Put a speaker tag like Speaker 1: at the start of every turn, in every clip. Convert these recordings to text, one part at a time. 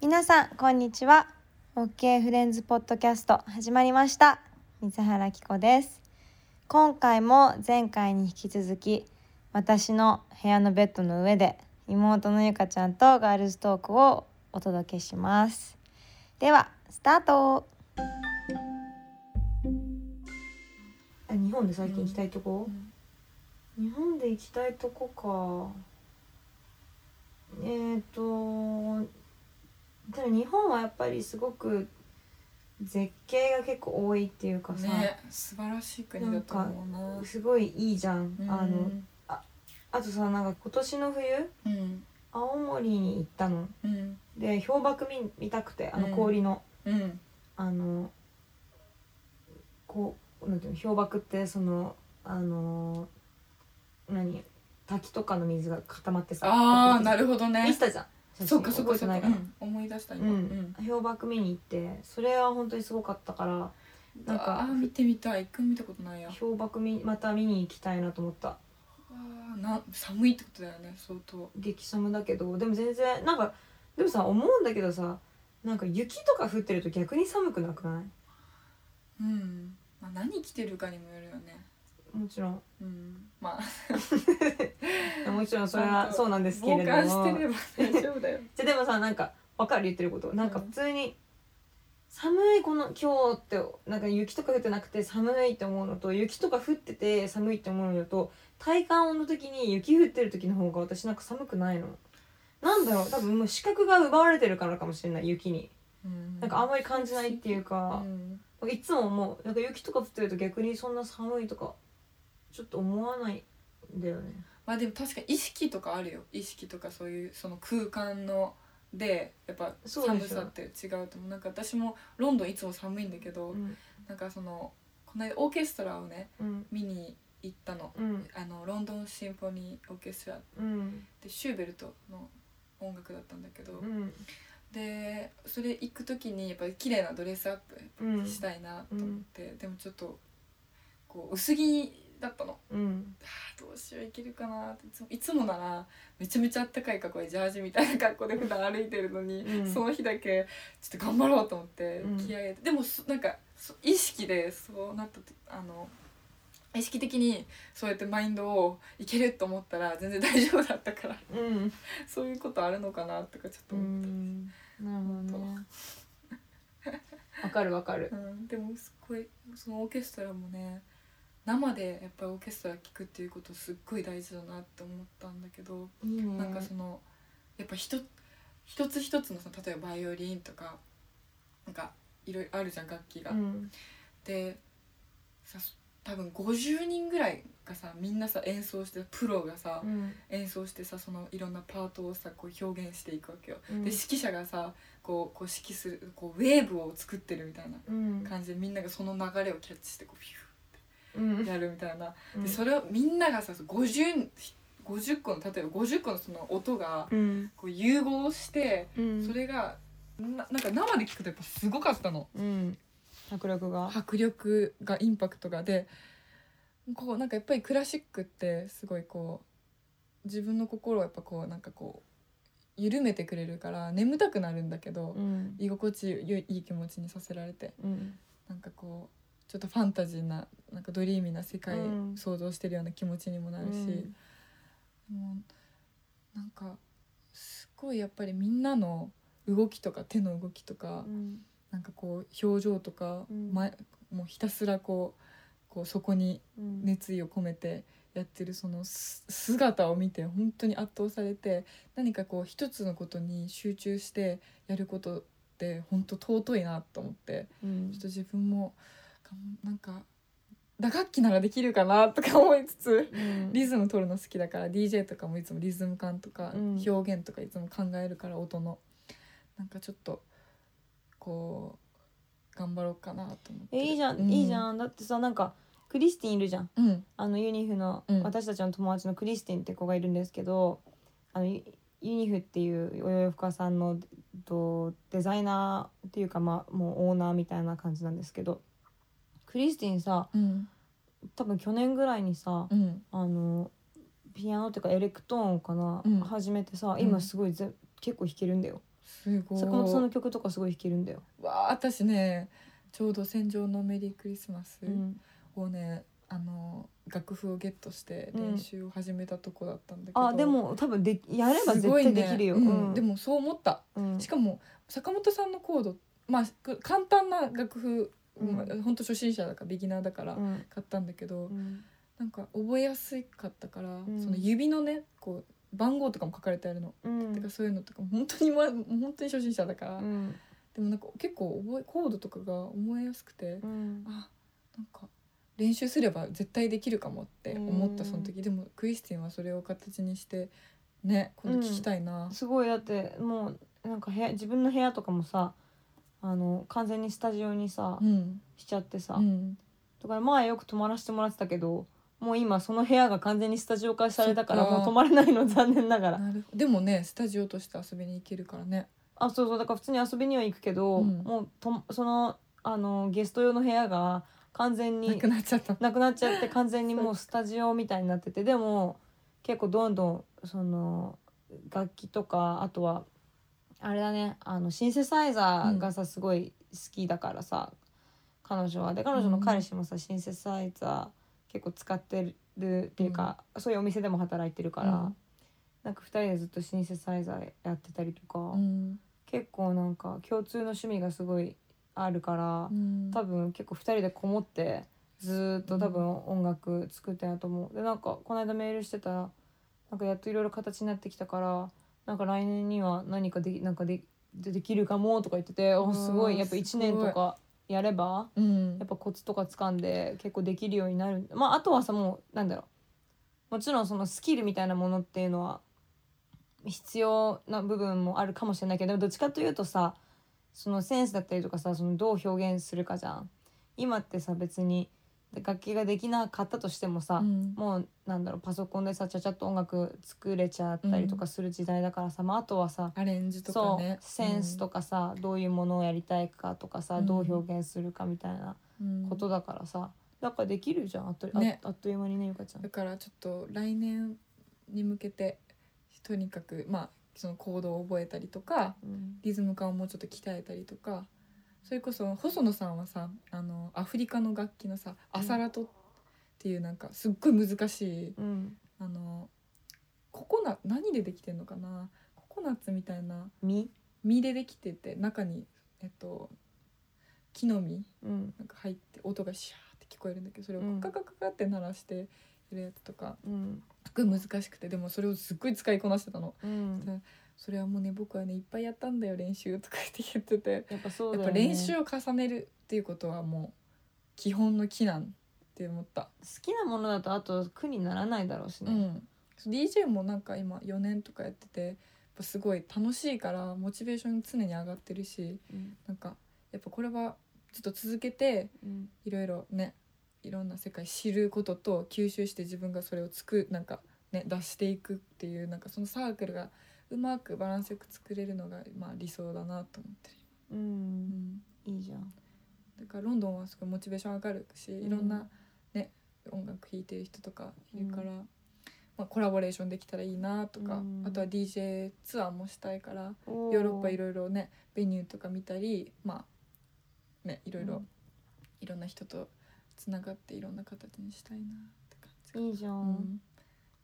Speaker 1: 皆さんこんにちは OK フレンズポッドキャスト始まりました水原希子です今回も前回に引き続き私の部屋のベッドの上で妹のゆかちゃんとガールズトークをお届けしますではスタート日本で最
Speaker 2: 近行きた
Speaker 1: いとこ
Speaker 2: 日本で行きたいとこかえー、とでも日本はやっぱりすごく絶景が結構多いっていうかさ、
Speaker 3: ね素晴らしい国だと思うな
Speaker 2: すごいいいじゃん、
Speaker 3: うん
Speaker 2: あのあとさなんか今年の冬
Speaker 3: うん
Speaker 2: 青森に行ったの
Speaker 3: うん
Speaker 2: で氷瀑見見たくてあの
Speaker 3: うん
Speaker 2: 氷の、
Speaker 3: うん
Speaker 2: あのこうなんていうの氷瀑ってそのあの何滝とかの水が固まってさ
Speaker 3: ああなるほど
Speaker 2: 見
Speaker 3: ね
Speaker 2: てたじゃん写
Speaker 3: そ
Speaker 2: 真
Speaker 3: っかそっ
Speaker 2: 覚
Speaker 3: か
Speaker 2: えてな
Speaker 3: そっか
Speaker 2: いから、
Speaker 3: うん思い出した
Speaker 2: う
Speaker 3: 今
Speaker 2: ん氷瀑見に行ってそれは本当にすごかったから
Speaker 3: な
Speaker 2: なんん
Speaker 3: か
Speaker 2: か
Speaker 3: あー見てみたい一回見たことないや
Speaker 2: 氷瀑見また見に行きたいなと思った
Speaker 3: あーな寒いってことだよね相当
Speaker 2: 激寒だけどでも全然なんかでもさ思うんだけどさなんか雪とか降ってると逆に寒くなくな
Speaker 3: うんまあ何着てるかにもよるよね
Speaker 2: いもちろん
Speaker 3: うんまあ
Speaker 2: もちろんそれはそうなんですけれ
Speaker 3: 防
Speaker 2: ども
Speaker 3: 寒してれば大丈夫 だよ
Speaker 2: じゃあでもさなんかわかる言ってることなんか
Speaker 3: うん
Speaker 2: 普通に、寒いこの今日ってなんか雪とか降ってなくて寒いって思うのと雪とか降ってて寒いって思うのと体感温度的に雪降ってる時の方が私なんか寒くないのなんだろう多分もう視覚が奪われてるからかもしれない雪になんかあんまり感じないっていう
Speaker 3: う
Speaker 2: か、
Speaker 3: ん
Speaker 2: いつも思うなんか雪とか降ってると逆にそんな寒いとかちょっと思わないんだよね
Speaker 3: まあでも確かに意識とかあるよ意識とかそういうその空間のでやっぱ
Speaker 2: そうで
Speaker 3: 寒
Speaker 2: しょ
Speaker 3: さって違うと思うなんか私もロンドンいつも寒いんだけど、
Speaker 2: うん
Speaker 3: なんかそのこの間オーケストラをね
Speaker 2: うん
Speaker 3: 見に行ったの
Speaker 2: うん
Speaker 3: あのロンドンシンフォニーオーケストラっ
Speaker 2: うん
Speaker 3: てシューベルトの音楽だったんだけど、
Speaker 2: うん
Speaker 3: でそれ行く時にやっぱり綺麗なドレスアッ
Speaker 2: うん
Speaker 3: プしたいなと思って、でもちょっとこう薄着だったの
Speaker 2: うん
Speaker 3: あーどうしよういけるかなっていつもいつもならめちゃめちゃあったかい格好でジャージみたいな格好で普段歩いてるのに、
Speaker 2: うん
Speaker 3: その日だけちょっと頑張ろうと思って
Speaker 2: うん
Speaker 3: 気合い入れて、でもそなんかそ意識でそうなったとあの意識的にそうやってマインドをいけると思ったら全然大丈夫だったから
Speaker 2: うん
Speaker 3: そういうことあるのかなとかちょっと
Speaker 2: う
Speaker 3: 思っ
Speaker 2: んなるほどね。わかるわかる
Speaker 3: た、。うん、でもすっごいそのオーケストラもね生でやっぱりオーケストラ聴くっていうことすっごい大事だなって思ったんだけど。
Speaker 2: いいね。
Speaker 3: なんかそのやっぱ一つ一つ一つのさ例えばバイオリンとかなんかいろいろあるじゃん楽器が。
Speaker 2: うん
Speaker 3: でさ多分50人ぐらいがさみんなさ演奏してプロがさ、
Speaker 2: うん
Speaker 3: 演奏してさそのいろんなパートをさこう表現していくわけよ。
Speaker 2: うん
Speaker 3: で指揮者がさこうこう指揮するこうウェーブを作ってるみたいな
Speaker 2: うん
Speaker 3: 感じでみんながその流れをキャッチしてこうピ
Speaker 2: うん
Speaker 3: ューやるみたいな。
Speaker 2: うん
Speaker 3: でそれをみんながさ 50, 50個の例えば50個のその音が。
Speaker 2: うん
Speaker 3: こう融合して、
Speaker 2: うん
Speaker 3: それがななんか生で聞くとやっぱすごかったの
Speaker 2: うん迫力が
Speaker 3: 迫力がインパクトがでこうなんかやっぱりクラシックってすごいこう自分の心をやっぱこうなんかこう緩めてくれるから眠たくなるんだけど、
Speaker 2: うん
Speaker 3: 居心地よいいい気持ちにさせられて
Speaker 2: うん
Speaker 3: なんかこうちょっとファンタジーななんかドリーミーな世界
Speaker 2: うん
Speaker 3: 想像してるような気持ちにもなるし、
Speaker 2: うん
Speaker 3: もうなんかすごいやっぱりみんなの動きとか手の動きとか、
Speaker 2: うん
Speaker 3: なんかこう表情とか、
Speaker 2: うん
Speaker 3: ま、もうひたすらこうこうそこに
Speaker 2: うん
Speaker 3: 熱意を込めてやってるそのす姿を見て本当に圧倒されて何かこう一つのことに集中してやることって本当尊いなと思って
Speaker 2: うん
Speaker 3: ちょっと自分もがんなんか打楽器ならできるかなとか思いつつ。
Speaker 2: うん
Speaker 3: リズム取るの好きだから DJ とかもいつもリズム感とか
Speaker 2: うん
Speaker 3: 表現とかいつも考えるから音のなんかちょっとこう頑張ろうかなと思って
Speaker 2: えいいじゃ
Speaker 3: うん
Speaker 2: いいじゃんだってさなんかクリスティンいるじゃん
Speaker 3: うん
Speaker 2: あのユニフの
Speaker 3: うん
Speaker 2: 私たちの友達のクリスティンって子がいるんですけどあのユユニフっていうお洋服屋さんのとデザイナーっていうかまあもうオーナーみたいな感じなんですけどクリスティンさ
Speaker 3: うん
Speaker 2: 多分去年ぐらいにさ
Speaker 3: うん
Speaker 2: あのピアノっていうかエレクトーンかな、
Speaker 3: うん
Speaker 2: 始めてさ
Speaker 3: ん
Speaker 2: 今すごいぜ、結構弾けるんだよ。
Speaker 3: すごい
Speaker 2: 坂本さんの曲とかすごい弾けるんだよ、
Speaker 3: わあ私ねちょうど「戦場のメリークリスマス
Speaker 2: うん」
Speaker 3: をね、あの楽譜をゲットして
Speaker 2: うん
Speaker 3: 練習を始めたとこだったんだけど、
Speaker 2: あでも多分でやれば
Speaker 3: す
Speaker 2: 絶
Speaker 3: ごい
Speaker 2: 対
Speaker 3: ね
Speaker 2: できるよ、
Speaker 3: うん
Speaker 2: うん
Speaker 3: で、もそう思った
Speaker 2: うん
Speaker 3: しかも坂本さんのコードまあく簡単な楽譜、
Speaker 2: うん
Speaker 3: まあほんと初心者だからビギナーだから
Speaker 2: うん
Speaker 3: 買ったんだけど、
Speaker 2: うん
Speaker 3: なんか覚えやすかったから、
Speaker 2: ん
Speaker 3: その指のねこう番号とかも書かれてあるの、
Speaker 2: うん
Speaker 3: てかそういうのとかも本当に、ま、本当に初心者だから、
Speaker 2: うん
Speaker 3: でもなんか結構覚えコードとかが覚えやすくて、
Speaker 2: うん
Speaker 3: あなんか練習すれば絶対できるかもって思った
Speaker 2: うん
Speaker 3: その時でもクリスティンはそれを形にしてね今度聞きたいな、
Speaker 2: すごいだってもうなんか部屋自分の部屋とかもさあの完全にスタジオにさ、
Speaker 3: うん
Speaker 2: しちゃってさ、
Speaker 3: うん、
Speaker 2: だから前よく泊まらせてもらってたけどもう今その部屋が完全にスタジオ化されたから
Speaker 3: そっか
Speaker 2: もう泊まれないの残念ながら
Speaker 3: なるほどでもねスタジオとして遊びに行けるからね
Speaker 2: あそうそうだから普通に遊びには行くけど、
Speaker 3: うん
Speaker 2: もうとそのあのゲスト用の部屋が完全
Speaker 3: な
Speaker 2: に
Speaker 3: くなっちゃった
Speaker 2: なくなっちゃって完全にもうスタジオみたいになっててでも結構どんどんその楽器とかあとはあれだねあのシンセサイザーがさ、すごい好きだからさ彼女はで彼女の彼氏もさ、シンセサイザー結構使ってるっていうか、そういうお店でも働いてるから、
Speaker 3: うん
Speaker 2: なんか2人でずっとシンセサイザーやってたりとか、
Speaker 3: うん、
Speaker 2: 結構なんか共通の趣味がすごいあるから。
Speaker 3: うん
Speaker 2: 多分結構2人でこもってずーっと多分音楽作ってんだと思うでなんかこの間メールしてたらなんかやっといろいろ形になってきたからなんか来年には何かできなんかででできるかもとか言っててお
Speaker 3: ー
Speaker 2: すごいやっぱ
Speaker 3: す
Speaker 2: 1
Speaker 3: ごい
Speaker 2: 年とかやれば
Speaker 3: うん
Speaker 2: やっぱコツとか掴んで結構できるようになるまああとはさもうなんだろうもちろんそのスキルみたいなものっていうのは必要な部分もあるかもしれないけどでもどっちかというとさそのセンスだったりとかさそのどう表現するかじゃん今ってさ別に楽器ができなかったとしてもさ、
Speaker 3: うん
Speaker 2: もうなんだろうパソコンでさちゃちゃっと音楽作れちゃったりとかする時代だからさ、まあ、あとはさ
Speaker 3: アレンジと
Speaker 2: そ
Speaker 3: か
Speaker 2: う、
Speaker 3: ね
Speaker 2: センスとかさ、どういうものをやりたいかとかさ、
Speaker 3: うん
Speaker 2: どう表現するかみたいな
Speaker 3: うん
Speaker 2: ことだからさ、なんかできるじゃんあっと、あ
Speaker 3: ね
Speaker 2: あっという間にねゆかちゃん
Speaker 3: だ。からちょっと来年に向けてとにかくまあその行動を覚えたりとか
Speaker 2: うん
Speaker 3: リズム感をもうちょっと鍛えたりとかそれこそ細野さんはさあのアフリカの楽器のさアサラトっていうなんかすっごい難しい
Speaker 2: うん、
Speaker 3: あのココナ何でできてんのかなココナッツみたいな
Speaker 2: み、
Speaker 3: 実でできてて中にえっと木の実
Speaker 2: うん
Speaker 3: なんか入って音がシャーって聞こえるんだけどそれを
Speaker 2: うん
Speaker 3: カカカカカって鳴らしてやるやつとか、
Speaker 2: うん
Speaker 3: すっごい難しくてでもそれをすっごい使いこなしてたの
Speaker 2: うん、
Speaker 3: それはもうね僕はねいっぱいやったんだよ練習とかって言ってて、
Speaker 2: やっぱそう
Speaker 3: や
Speaker 2: だ
Speaker 3: っ
Speaker 2: よ
Speaker 3: ぱ
Speaker 2: ね。
Speaker 3: 練習
Speaker 2: 好
Speaker 3: を重ねるっていうことはもう基本の木なんって思った、
Speaker 2: きなものだとあと苦にならないだろうし
Speaker 3: う
Speaker 2: ね。
Speaker 3: ん、DJ もなんか今4年とかやっててやっぱすごい楽しいからモチベーション常に上がってるし
Speaker 2: うん
Speaker 3: なんかやっぱこれはちょっと続けて
Speaker 2: うん
Speaker 3: いろいろねいろんな世界知ることと吸収して自分がそれをつくなんかね出していくっていうなんかそのサークルがうまくバランスよく作れるのがまあ理想だなと思ってる、
Speaker 2: う、
Speaker 3: うんん、
Speaker 2: いいじゃん。
Speaker 3: だからロンドンはすごいモチベーション上がるし
Speaker 2: ん
Speaker 3: いろんなね音楽弾いてる人とかいるから、まあ、コラボレーションできたらいいなと
Speaker 2: う
Speaker 3: か、
Speaker 2: ん
Speaker 3: あとは DJ ツアーもしたいから
Speaker 2: ヨ
Speaker 3: ヨーロッパいろいろねベニューとか見たりまあねいろいろ、
Speaker 2: うん
Speaker 3: いろんな人とつながっていろんな形にしたいなって感じが、
Speaker 2: いいじゃ。
Speaker 3: うんん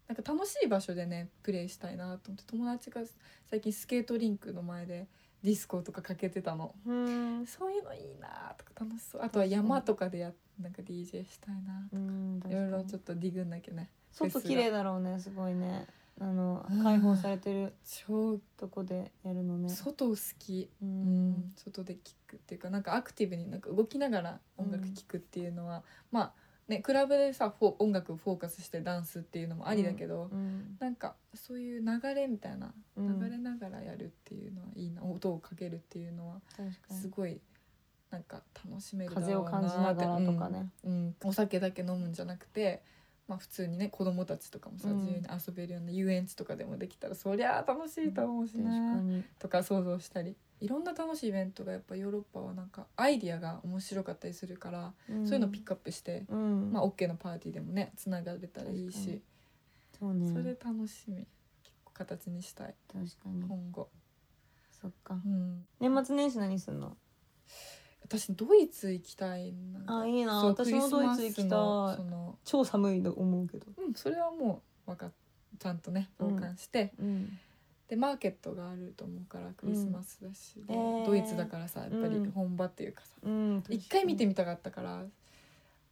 Speaker 3: なんか楽しい場所でねプレイしたいなと思って友達が最近スケートリンクの前でディスコとかかけてたの
Speaker 2: うん、
Speaker 3: そういうのいいなとか楽しそうあとは山とかでやなんか DJ したいな
Speaker 2: うん、
Speaker 3: いろいろちょ
Speaker 2: っと
Speaker 3: っとディグんなきゃね
Speaker 2: 外綺麗だろうね、すごいね。あの
Speaker 3: うん
Speaker 2: 開放されてる
Speaker 3: 超
Speaker 2: とこでやるのね。
Speaker 3: 外好き
Speaker 2: う
Speaker 3: うんん、外で聴くっていうかなんかアクティブになんか動きながら音楽聴くっていうのは、まあねクラブでさフォー音楽をフォーカスしてダンスっていうのもありだけど、
Speaker 2: うん、
Speaker 3: なんかそういう流れみたいな
Speaker 2: う
Speaker 3: 流
Speaker 2: ん
Speaker 3: れながらやるっていうのはいいな、音をかけるっていうのは
Speaker 2: 確か
Speaker 3: す
Speaker 2: に。
Speaker 3: ごいなんか楽しめるだろ
Speaker 2: 風を
Speaker 3: う
Speaker 2: 感じな
Speaker 3: って
Speaker 2: がらとかね。
Speaker 3: うんうんお酒だけ飲むんじゃなくて。まあ普通にね子供たちとかもさ
Speaker 2: うん
Speaker 3: 自由に遊べるような遊園地とかでもできたら、そりゃあ楽しいと思うし
Speaker 2: 確
Speaker 3: な、
Speaker 2: かに。
Speaker 3: とか想像したりいろんな楽しいイベントがやっぱヨーロッパはなんかアイディアが面白かったりするから、そういうのをピックアップして、
Speaker 2: うん、
Speaker 3: まあ、OK のパーティーでもねつながれたらいいし、
Speaker 2: そうね
Speaker 3: それ楽しみ結構形にしたい
Speaker 2: 確かに
Speaker 3: 今後
Speaker 1: そっか
Speaker 3: うん、
Speaker 2: 年末年始何すんの
Speaker 3: 私ドイツ行きたいなんだ
Speaker 2: あいいな
Speaker 3: そう
Speaker 2: 私もドイツ行
Speaker 3: ク
Speaker 2: きた
Speaker 3: リ
Speaker 2: い
Speaker 3: スマスのその
Speaker 2: 超寒いと思うけど
Speaker 3: うんそれはもうわかっちゃんとね
Speaker 2: うん
Speaker 3: 傍観して、
Speaker 2: うん
Speaker 3: でマーケットがあると思うからクリスマスだし、で
Speaker 2: えー
Speaker 3: ドイツだからさやっぱり
Speaker 2: うん
Speaker 3: 本場っていうかさ、
Speaker 2: うん
Speaker 3: 一回見てみたかったから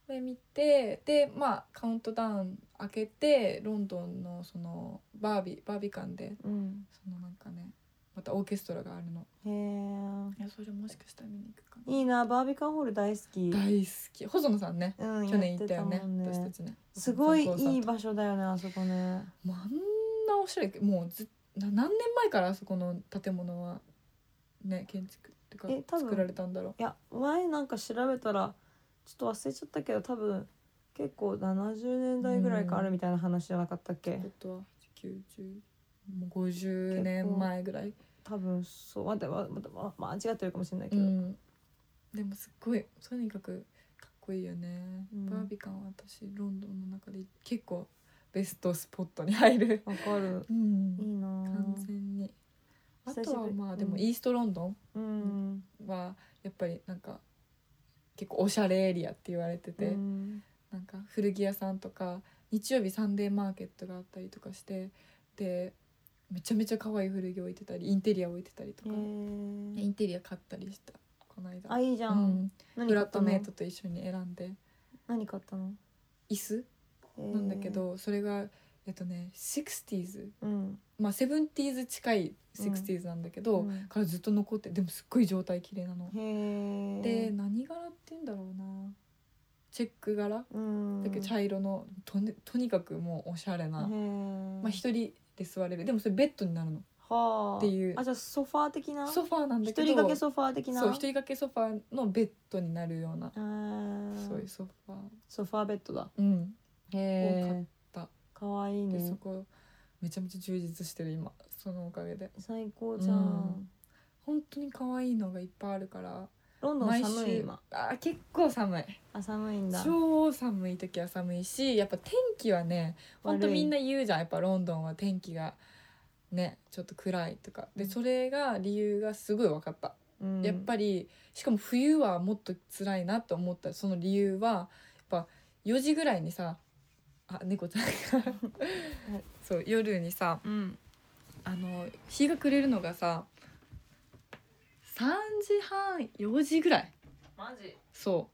Speaker 3: で見てでまあカウントダウン開けてロンドンのそのバービーバービー館で
Speaker 2: うん
Speaker 3: そのなんかねまたオーケストラがあるの
Speaker 2: へえ
Speaker 3: いやそれもしかしたら見に行くかない
Speaker 2: いなバービカンホール大好き
Speaker 3: 大好き細野さんね
Speaker 2: うん
Speaker 3: 去年行ったよね
Speaker 2: やてもん
Speaker 3: 私たちね
Speaker 2: すごい
Speaker 3: 細野さん
Speaker 2: いい
Speaker 3: と
Speaker 2: 場所だよねあそこね
Speaker 3: もうあんなおしゃれもうずな何年前からあそこの建物はね建築ってか
Speaker 2: え多分
Speaker 3: 作られたんだろ
Speaker 2: いや前なんか調べたらちょっと忘れちゃったけど多分結構70年代ぐらいからあるみたいな話じゃなかったっけ、
Speaker 3: うことは90もう50年前ぐらい
Speaker 2: 多分そう待ってまままま間違ってるかもしれないけ
Speaker 3: う
Speaker 2: ど、
Speaker 3: ん、でもすっごいとにかくかっこいいよね、
Speaker 2: うん
Speaker 3: バービカンは私ロンドンの中で結構ベストスポットに入る、
Speaker 2: わかる
Speaker 3: うん
Speaker 2: いいなぁ
Speaker 3: 完全にあ
Speaker 2: 久しぶり
Speaker 3: とはまあで
Speaker 2: う
Speaker 3: も
Speaker 2: ん
Speaker 3: イーストロンドン
Speaker 2: うん
Speaker 3: はやっぱりなんか結構おしゃれエリアって言われてて、
Speaker 2: うん
Speaker 3: なんか古着屋さんとか日曜日サンデーマーケットがあったりとかしてでめちゃめちゃ可愛い古着置いてたりインテリア置いてたりと
Speaker 2: へ
Speaker 3: か、
Speaker 2: ー
Speaker 3: インテリア買ったりしたこの間
Speaker 2: あいいじゃ、
Speaker 3: うんん
Speaker 2: 何
Speaker 3: フ
Speaker 2: 買
Speaker 3: ラ
Speaker 2: っ
Speaker 3: ッ
Speaker 2: た
Speaker 3: ト
Speaker 2: の
Speaker 3: メイトと一緒に選んで
Speaker 2: 何買ったの
Speaker 3: 椅子なんだけ、どそれがえっとね
Speaker 2: へ
Speaker 3: 60s
Speaker 2: ーうん
Speaker 3: まあ 70s 近い 60s なんだけど、
Speaker 2: うん
Speaker 3: からずっと残ってでもすっごい状態綺麗なの。
Speaker 2: へ
Speaker 3: で
Speaker 2: え
Speaker 3: 何柄って言うんだろうなチェック柄
Speaker 2: うん
Speaker 3: だけど茶色のと,、ね、とにかくもうおしゃれ
Speaker 2: へ
Speaker 3: な、まあ、
Speaker 2: ー
Speaker 3: 一人で座れるでもそれベッドになるの
Speaker 2: はあ
Speaker 3: っていう
Speaker 2: あじゃあソファー的な
Speaker 3: ソファーなんだ
Speaker 2: 一
Speaker 3: けど
Speaker 2: 人掛けソファー的な
Speaker 3: そう一人掛けソファーのベッドになるような
Speaker 2: あー
Speaker 3: そういうソファー、
Speaker 2: ソファーベッドだ
Speaker 3: うん、
Speaker 2: へ
Speaker 3: を買
Speaker 2: え
Speaker 3: た
Speaker 2: かわいい
Speaker 3: でそ
Speaker 2: ね
Speaker 3: こめちゃめちゃ充実してる今そのおかげで
Speaker 2: 最高じゃん、
Speaker 3: うん本当に可愛いのがいっぱいあるから
Speaker 2: ロンドン
Speaker 3: 毎
Speaker 2: 寒い
Speaker 3: 週
Speaker 2: 今
Speaker 3: あー結構寒い
Speaker 2: あ寒いんだ
Speaker 3: 超寒い時は寒いしやっぱ天気はねほんと
Speaker 2: 悪い
Speaker 3: みんな言うじゃんやっぱロンドンは天気がねちょっと暗いとかでそれが理由がすごい分かった、
Speaker 2: うん
Speaker 3: やっぱりしかも冬はもっと辛いなと思ったその理由はやっぱ4時ぐらいにさあ猫ちゃ んがそう夜にさ
Speaker 2: うん
Speaker 3: あの日が暮れるのがさ3時半4時ぐらい
Speaker 2: マジ
Speaker 3: そ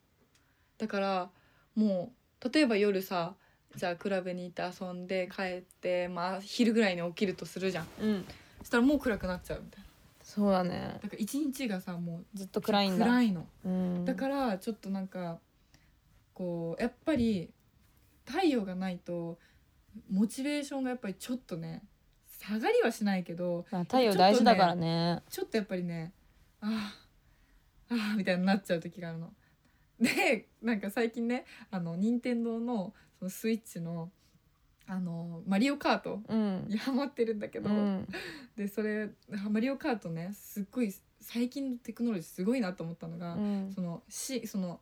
Speaker 3: うだからもう例えば夜さじゃあクラブに行って遊んで帰ってまあ昼ぐらいに起きるとするじゃん
Speaker 2: うん
Speaker 3: そしたらもう暗くなっちゃうみたいな
Speaker 2: そうだね
Speaker 3: だから一日がさも
Speaker 2: ずっと
Speaker 3: う
Speaker 2: 暗いんだ
Speaker 3: 暗いの
Speaker 2: うん
Speaker 3: だからちょっとなんかこうやっぱり太陽がないとモチベーションがやっぱりちょっとね下がりはしないけど
Speaker 2: まあ太陽大事だからね
Speaker 3: ちょっとやっぱりねあーあーみたいになっちゃう時があるの。でなんか最近ねあの任天堂のそのスイッチのあのマリオカート
Speaker 2: うん
Speaker 3: にハマってるんだけど、
Speaker 2: うん
Speaker 3: でそれマリオカートねすっごい最近のテクノロジーすごいなと思ったの
Speaker 2: う
Speaker 3: が、
Speaker 2: ん
Speaker 3: そのしその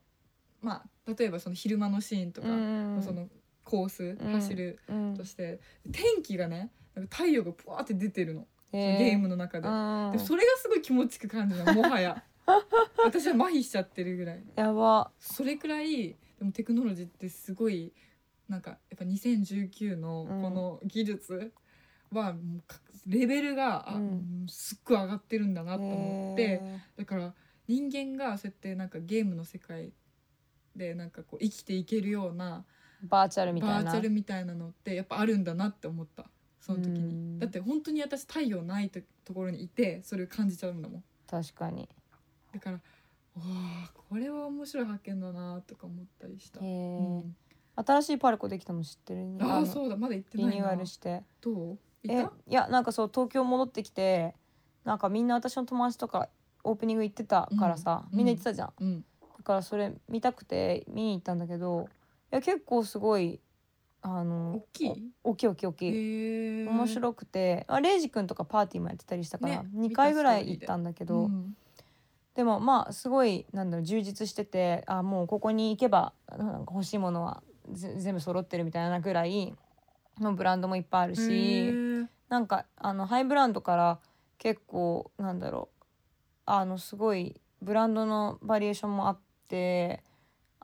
Speaker 3: まあ例えばその昼間のシーンとか、
Speaker 2: うん
Speaker 3: そのコース
Speaker 2: うん
Speaker 3: 走る
Speaker 2: うん
Speaker 3: として、天気がねなんか太陽がぷわーって出てるの、そのゲームの中で。
Speaker 2: うん
Speaker 3: でもそれがすごい気持ちよく感じる のもはや私は麻痺しちゃってるぐらい
Speaker 2: やば
Speaker 3: それくらいでもテクノロジーってすごいなんかやっぱ2019の
Speaker 2: うん
Speaker 3: この技術はもうかレベルが、あ
Speaker 2: うん
Speaker 3: もうすっごい上がってるんだなと思って、
Speaker 2: へ
Speaker 3: だから人間がそうやってなんかゲームの世界でなんかこう生きていけるような
Speaker 2: ーバーチャルみた
Speaker 3: バ
Speaker 2: い
Speaker 3: ー
Speaker 2: な
Speaker 3: チャルみたいなのってやっぱあるんだなって思ったその時
Speaker 2: う
Speaker 3: に
Speaker 2: ん
Speaker 3: だって本当に私太陽ないとところにいてそれを感じちゃうんだもん
Speaker 2: 確かに
Speaker 3: だからわあこれは面白い発見だなとか思ったりした、
Speaker 2: へ
Speaker 3: う
Speaker 2: え
Speaker 3: ん、
Speaker 2: 新しいパルコできたの知ってる
Speaker 3: あ
Speaker 2: の
Speaker 3: あそうだまだ行って
Speaker 2: リ
Speaker 3: ない
Speaker 2: ニュー
Speaker 3: な
Speaker 2: アルして
Speaker 3: どう行
Speaker 2: え
Speaker 3: っ
Speaker 2: いやなんかそう東京戻ってきてなんかみんな私の友達とかオープニング行ってたからさ、
Speaker 3: うん
Speaker 2: みんな行ってたじゃん、
Speaker 3: たうん
Speaker 2: だからそれ見たくて見に行ったんだけどいや結構すごいあの
Speaker 3: 大きい
Speaker 2: お大きい大きい大きい、
Speaker 3: へえ
Speaker 2: 面白くてあレイジ君とかパーティーもやってたりしたから、
Speaker 3: ね
Speaker 2: 2回ぐらい行ったんだけ
Speaker 3: け
Speaker 2: ど、
Speaker 3: うん
Speaker 2: でもまあすごいなんだろう充実しててあもうここに行けばあなんか欲しいものはぜ全部揃ってるみたいなぐらいのブランドもいっぱいあるし。
Speaker 3: へえ
Speaker 2: なんかあのハイブランドから結構なんだろうあのすごいブランドのバリエーションもあって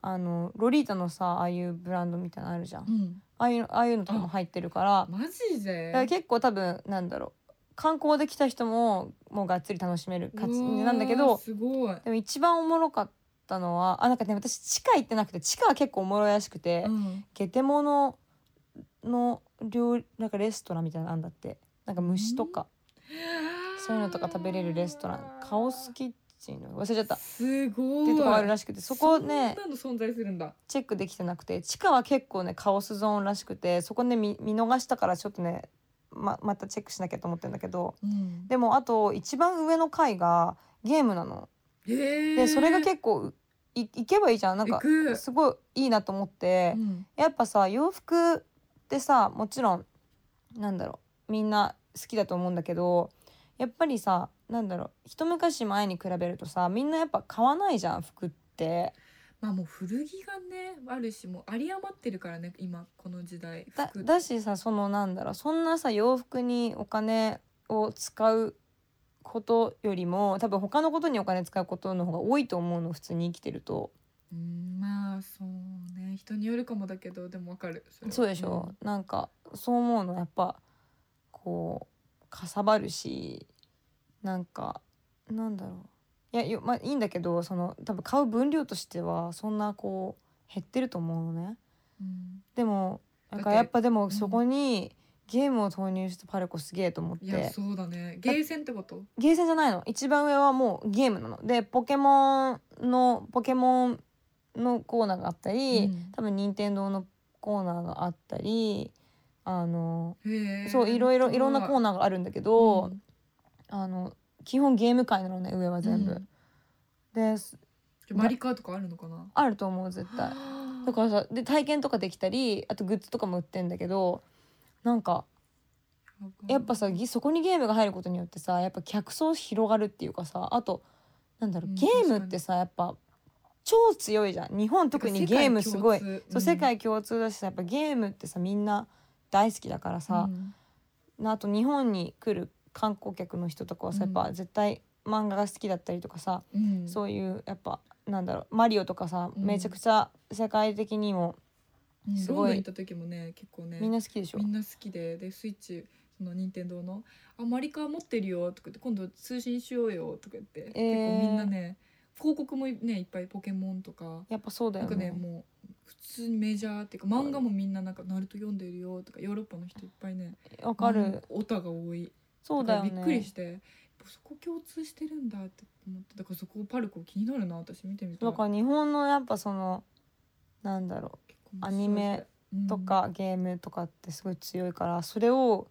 Speaker 2: あのロリータのさああいうブランドみたいなのあるじゃん、
Speaker 3: うん、
Speaker 2: ああいうああいうのとかも入ってるから
Speaker 3: マジ
Speaker 2: だ
Speaker 3: で
Speaker 2: から結構多分なんだろう観光で来た人ももうがっつり楽しめる感じなんだけ
Speaker 3: う
Speaker 2: ど
Speaker 3: わーすごい、
Speaker 2: でも一番おもろかったのはあなんかね私地下行ってなくて地下は結構おもろいらしくて、
Speaker 3: うん、
Speaker 2: ゲテモノの料理なんかレストランみたいなのあんだってなんか虫とか、そういうのとか食べれるレストランカオスキッチンの忘れちゃったっ
Speaker 3: すごい
Speaker 2: ていうとこがあるらしくてそこね
Speaker 3: そんなの存在するんだ
Speaker 2: チェックできてなくて地下は結構ねカオスゾーンらしくてそこね見見逃したからちょっとねままたチェックしなきゃと思ってるんだけど
Speaker 3: うん
Speaker 2: でもあと一番上の階がゲームなの。
Speaker 3: へー
Speaker 2: でそれが結構い行けばいいじゃんなん
Speaker 3: 行
Speaker 2: か
Speaker 3: く
Speaker 2: すごいいいなと思って
Speaker 3: う、ん
Speaker 2: やっぱさ洋服ってさもちろんなんだろうみんな好きだと思うんだけどやっぱりさなんだろう一昔前に比べるとさみんなやっぱ買わないじゃん服って
Speaker 3: まあもう古着がねあるしもう有り余ってるからね今この時代
Speaker 2: だ
Speaker 3: 服
Speaker 2: だしさそのなんだろうそんなさ洋服にお金を使うことよりも多分他のことにお金使うことの方が多いと思うの普通に生きてると。
Speaker 3: うんまあそうね人によるかもだけどでもわかるそれは
Speaker 2: そうでしょ、なんかそう思うのやっぱこうかさばるしなんかなんだろういやよまあいいんだけどその多分買う分量としてはそんなこう減ってると思うのね
Speaker 3: うん
Speaker 2: でもなんか
Speaker 3: だって
Speaker 2: やっぱでも
Speaker 3: ん
Speaker 2: そこにゲームを投入してパルコすげえと思っ
Speaker 3: うんいや
Speaker 2: て
Speaker 3: そうだねゲーセンってこと
Speaker 2: ゲーセンじゃないの一番上はもうゲームなのでポケモンのポケモンのコーナーがあったり、
Speaker 3: うん
Speaker 2: 多分任天堂のコーナーがあったりあの
Speaker 3: へえ
Speaker 2: そういろいろいろんなコーナ
Speaker 3: ナ
Speaker 2: ーがあるんだけど、あの基本ゲーム界なのね上は全部、です
Speaker 3: マリカーとかあるのかな
Speaker 2: あると思う絶対だからさで体験とかできたりあとグッズとかも売ってんだけどなんかやっぱさぎそこにゲームが入ることによってさやっぱ客層広がるっていうかさあとなんだろ
Speaker 3: う
Speaker 2: うんゲームってさやっぱ超強いじゃん日本特にゲームすごい、そう世界共通だしさやっぱゲームってさみんな大好きだからさ、あと日本に来る観光客の人とかはさ、
Speaker 3: うん
Speaker 2: やっぱ絶対漫画が好きだったりとかさ、
Speaker 3: う
Speaker 2: そういうやっぱなんだろうマリオとかさ、
Speaker 3: うん
Speaker 2: めちゃくちゃ世界的にも
Speaker 3: ん
Speaker 2: す
Speaker 3: す
Speaker 2: ごい
Speaker 3: ごい行った時もね結構ね
Speaker 2: みんな好きでしょ、
Speaker 3: みんな好きででスイッチその任天堂の「あマリカー持ってるよ」とか言って「今度通信しようよ」とか言って、結構みんなね広告もねいっぱいポケモンとか
Speaker 2: やっぱそうだ
Speaker 3: な
Speaker 2: よ
Speaker 3: んか
Speaker 2: ね
Speaker 3: ねもう普通にメジャーっていうか漫画もみんななんか「ナルト読んでるよ」とかヨーロッパの人いっぱいね
Speaker 2: わかる、
Speaker 3: うんオタが多い
Speaker 2: そうだよね
Speaker 3: からびっくりしてやっぱそこ共通してるんだって思ってだからそこパルコ気になるな私見てみたい
Speaker 2: だから日本のやっぱそのなんだろ
Speaker 3: 結構面白い
Speaker 2: アニメうと、か、ゲームとかってすごい強いからそれを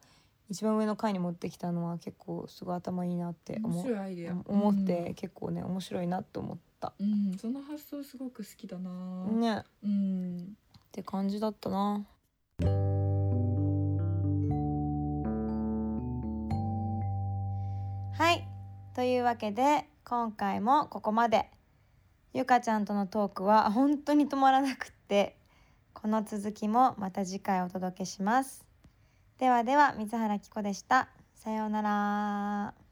Speaker 2: 一番上の階に持ってきたのは結構すごい頭いいなっ
Speaker 3: そ
Speaker 2: て
Speaker 3: れ面
Speaker 2: 思
Speaker 3: 白いアイデア
Speaker 2: う思って、結構ね面白いなって思った、
Speaker 3: うん、うんその発想すごく好きだな、
Speaker 2: ね
Speaker 3: うん
Speaker 2: って感じだったな。はいというわけで今回もここまでゆかちゃんとのトークは本当に止まらなくってこの続きもまた次回お届けしますではでは水原希子でしたさようなら